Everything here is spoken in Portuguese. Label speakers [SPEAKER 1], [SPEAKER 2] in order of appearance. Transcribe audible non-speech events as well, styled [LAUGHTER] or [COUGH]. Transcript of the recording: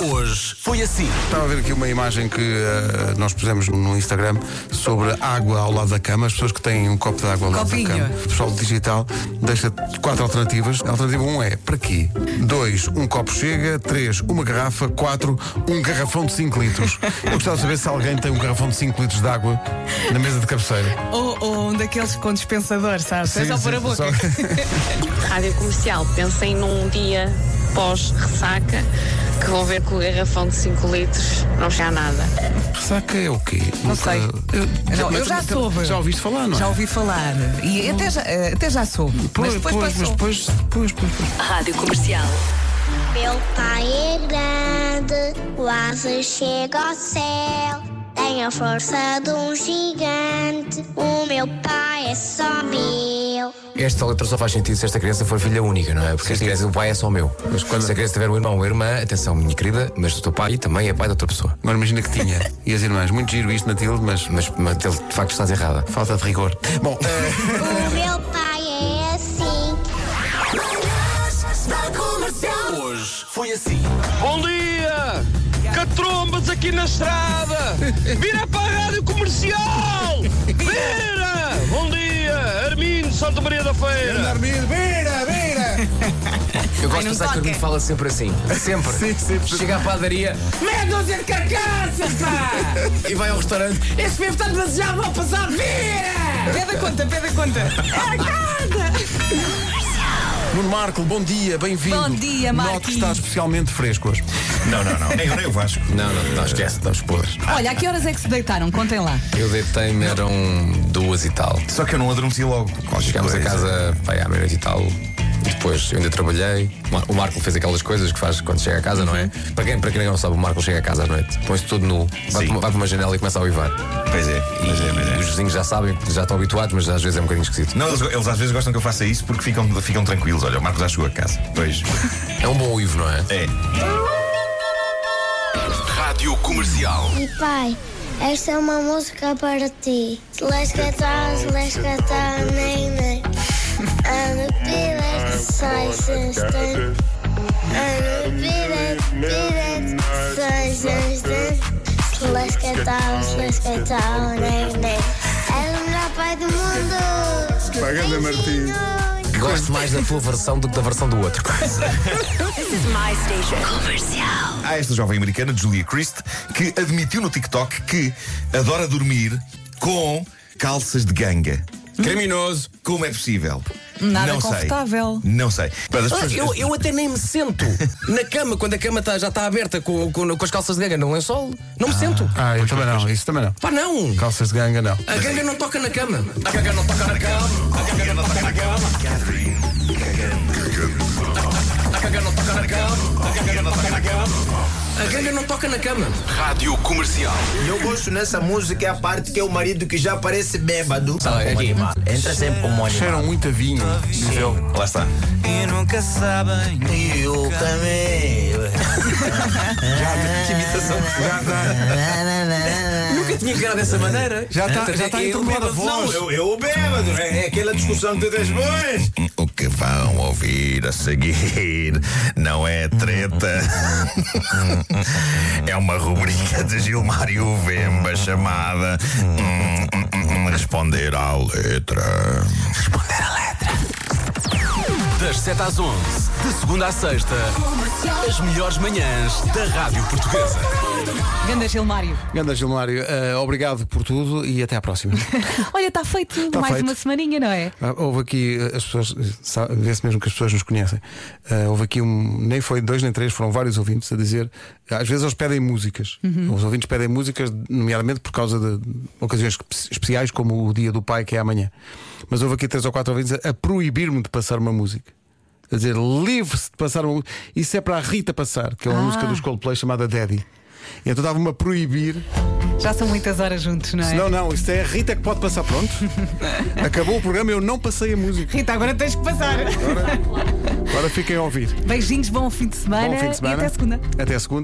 [SPEAKER 1] hoje foi assim.
[SPEAKER 2] Estava a ver aqui uma imagem que eh, nós pusemos no Instagram sobre água ao lado da cama. As pessoas que têm um copo de água ao lado
[SPEAKER 3] Copinho.
[SPEAKER 2] da cama. O pessoal digital deixa quatro alternativas. A alternativa 1 um é para quê? 2, um copo chega. 3, uma garrafa. 4, um garrafão de 5
[SPEAKER 3] [LAUGHS]
[SPEAKER 2] litros. Eu gostava de saber se alguém tem um garrafão de 5 litros de água na mesa de cabeceira.
[SPEAKER 3] Ou, ou um daqueles com dispensador, sabe? é
[SPEAKER 2] Sim,
[SPEAKER 3] só
[SPEAKER 2] sim,
[SPEAKER 3] pôr a boca.
[SPEAKER 2] só-
[SPEAKER 4] Rádio Comercial, pensem num dia pós-ressaca que vão ver que o garrafão de 5 litros não chega a nada.
[SPEAKER 2] Ressaca é o quê?
[SPEAKER 3] Não
[SPEAKER 2] [LAUGHS]
[SPEAKER 3] sei. Não, eu
[SPEAKER 2] mas-
[SPEAKER 3] já
[SPEAKER 2] mas-
[SPEAKER 3] soube.
[SPEAKER 2] Já ouviste falar, não é?
[SPEAKER 3] Já ouvi falar. E até já, eh, até já soube.
[SPEAKER 2] Pois,
[SPEAKER 3] mas
[SPEAKER 2] pois,
[SPEAKER 3] depois
[SPEAKER 2] mas
[SPEAKER 3] passou.
[SPEAKER 2] depois, depois, depois, depois.
[SPEAKER 5] Rádio Comercial.
[SPEAKER 6] Meu pai é grande, quase chega ao céu. Tem a força de um gigante. O meu pai é só meu.
[SPEAKER 7] Esta letra só faz sentido se esta criança for filha única, não é? Porque esta criança, o pai é só meu. Mas quando... Se a criança tiver um irmão ou uma irmã, atenção, minha querida, mas o teu pai também é pai de outra pessoa.
[SPEAKER 2] Agora imagina que tinha. E as irmãs, muito giro isto, Matilde, mas
[SPEAKER 7] Mas, mas de de facto estás errada.
[SPEAKER 2] falta de rigor. Bom, eh,
[SPEAKER 6] O meu pai é assim.
[SPEAKER 1] Hoje foi assim.
[SPEAKER 8] Bom dia! Catrombas aqui na estrada! Vira para a rádio comercial! Vira! Bom dia! Armindo, Santa Maria da Feira!
[SPEAKER 7] Eu gosto
[SPEAKER 3] não
[SPEAKER 7] de pensar que o
[SPEAKER 3] toca.
[SPEAKER 7] Armindo fala sempre assim. Sempre.
[SPEAKER 2] Sim, sempre.
[SPEAKER 7] Chega à padaria. Mete não ser carcaças, pá! e vai ao restaurante. Esse mesmo está demasiado mal passado. Vira!
[SPEAKER 3] Pede a conta, pede a conta.
[SPEAKER 2] [LAUGHS] Nuno Marco, bom dia, bem-vindo.
[SPEAKER 3] Bom dia,
[SPEAKER 2] Noto que
[SPEAKER 3] Marquinhos.
[SPEAKER 2] está especialmente fresco hoje.
[SPEAKER 9] Não, não, não. Nem É, eu, nem o Vasco.
[SPEAKER 7] Não, não, não, esquece.
[SPEAKER 2] Estamos podres.
[SPEAKER 3] Olha, a que horas é que se deitaram? Contem lá.
[SPEAKER 7] Eu deitei-me, eram duas e tal.
[SPEAKER 9] Só que eu não adormeci logo. Qualquer
[SPEAKER 7] Chegámos a
[SPEAKER 9] coisa.
[SPEAKER 7] casa pai, à meia-noite e tal. Depois eu ainda trabalhei. O Marco fez aquelas coisas que faz quando chega a casa, não é? Para quem, para quem não sabe, o Marco chega a casa à noite, põe-se todo nu, vai
[SPEAKER 9] Sim.
[SPEAKER 7] para, uma, vai para uma janela e começa a uivar.
[SPEAKER 9] Pois é, pois é,
[SPEAKER 7] E
[SPEAKER 9] pois
[SPEAKER 7] Os
[SPEAKER 9] é.
[SPEAKER 7] vizinhos já sabem, já estão habituados, mas às vezes é um bocadinho esquisito.
[SPEAKER 9] Não, eles, eles às vezes gostam que eu faça isso porque ficam, ficam tranquilos. Olha, o Marco já chegou a casa. Pois.
[SPEAKER 7] É um bom uivo, não é?
[SPEAKER 9] É.
[SPEAKER 1] Rádio Comercial.
[SPEAKER 6] E pai, esta é uma música para ti. Let's get down, let's get down, nay, nay. And the beat it, size and stand. And the beat it, beat it, size and stand. Let's get down, let's get down, nay, nay. És o melhor pai do mundo. Pagando Martins.
[SPEAKER 7] Gosto mais da tua versão do que da versão do [LAUGHS] outro.
[SPEAKER 9] Há esta jovem americana, Julia Christ, que admitiu no TikTok que adora dormir com calças de ganga.
[SPEAKER 7] Criminoso.
[SPEAKER 9] Como é possível?
[SPEAKER 3] Nada
[SPEAKER 9] não
[SPEAKER 3] confortável.
[SPEAKER 9] Sei. Não sei. Para as pessoas-
[SPEAKER 7] Eu, eu até nem me sento na cama, quando a cama tá- já está aberta com, com- com as calças de ganga no lençol. Não me sento.
[SPEAKER 2] Ah, eu também não, isso também não.
[SPEAKER 7] Pá, não!
[SPEAKER 2] Calças de ganga, não.
[SPEAKER 7] A ganga não toca na cama. A ganga não toca na cama. A ganga não toca na cama. A ganga não toca na cama. A ganga não toca na cama. A ganga não toca na cama.
[SPEAKER 1] Rádio Comercial.
[SPEAKER 10] Eu gosto nessa música é a parte que é o marido que já parece bêbado.
[SPEAKER 7] Tá, é aqui.
[SPEAKER 10] Entra sempre como um
[SPEAKER 2] Cheiram muito a vinho, diz ele.
[SPEAKER 9] Lá está.
[SPEAKER 10] E nunca sabem. E eu também.
[SPEAKER 7] Que imitação.
[SPEAKER 2] Já está,
[SPEAKER 7] Nunca tinha encarado dessa maneira.
[SPEAKER 2] já está, já tá
[SPEAKER 7] é
[SPEAKER 2] está entornada a voz.
[SPEAKER 10] Eu, eu bêbado. É aquela discussão que tu tens boas.
[SPEAKER 9] O que vão ouvir a seguir não é treta. É uma rubrica de Gilmário Vemba chamada hum, hum, hum, Responder à Letra. Responder à Letra.
[SPEAKER 1] Das 7 às 11, de segunda à sexta, as melhores manhãs da Rádio Portuguesa.
[SPEAKER 3] Ganda Gilmário.
[SPEAKER 2] Ganda Gilmário, eh, obrigado por tudo e até à próxima.
[SPEAKER 3] Olha, está feito
[SPEAKER 2] Tá
[SPEAKER 3] mais
[SPEAKER 2] feito.
[SPEAKER 3] uma semaninha, não é?
[SPEAKER 2] Ah, Houve aqui, eh, as pessoas, eh, sa- vê-se mesmo que as pessoas nos conhecem. Ah, houve aqui um, nem foi dois nem três, foram vários ouvintes a dizer. Às vezes eles pedem músicas. Os ouvintes pedem músicas, nomeadamente por causa de ocasiões espe- especiais, como o Dia do Pai, que é amanhã. Mas houve aqui três ou quatro ouvintes a, a proibir-me de passar uma música. A dizer, livre-se de passar uma música. Isso é para a Rita passar, que é uma
[SPEAKER 3] Ah.
[SPEAKER 2] música dos Coldplay chamada Daddy. E Então estava-me a proibir.
[SPEAKER 3] Já são muitas horas juntos, não é?
[SPEAKER 2] Não, não, isto é a Rita que pode passar, pronto. Acabou o programa, eu não passei a música.
[SPEAKER 3] Rita, agora tens que [LAUGHS] passar.
[SPEAKER 2] Agora fiquem a ouvir.
[SPEAKER 3] Beijinhos, bom fim de semana.
[SPEAKER 2] Bom fim de semana.
[SPEAKER 3] né? E até segunda.
[SPEAKER 2] Até segunda.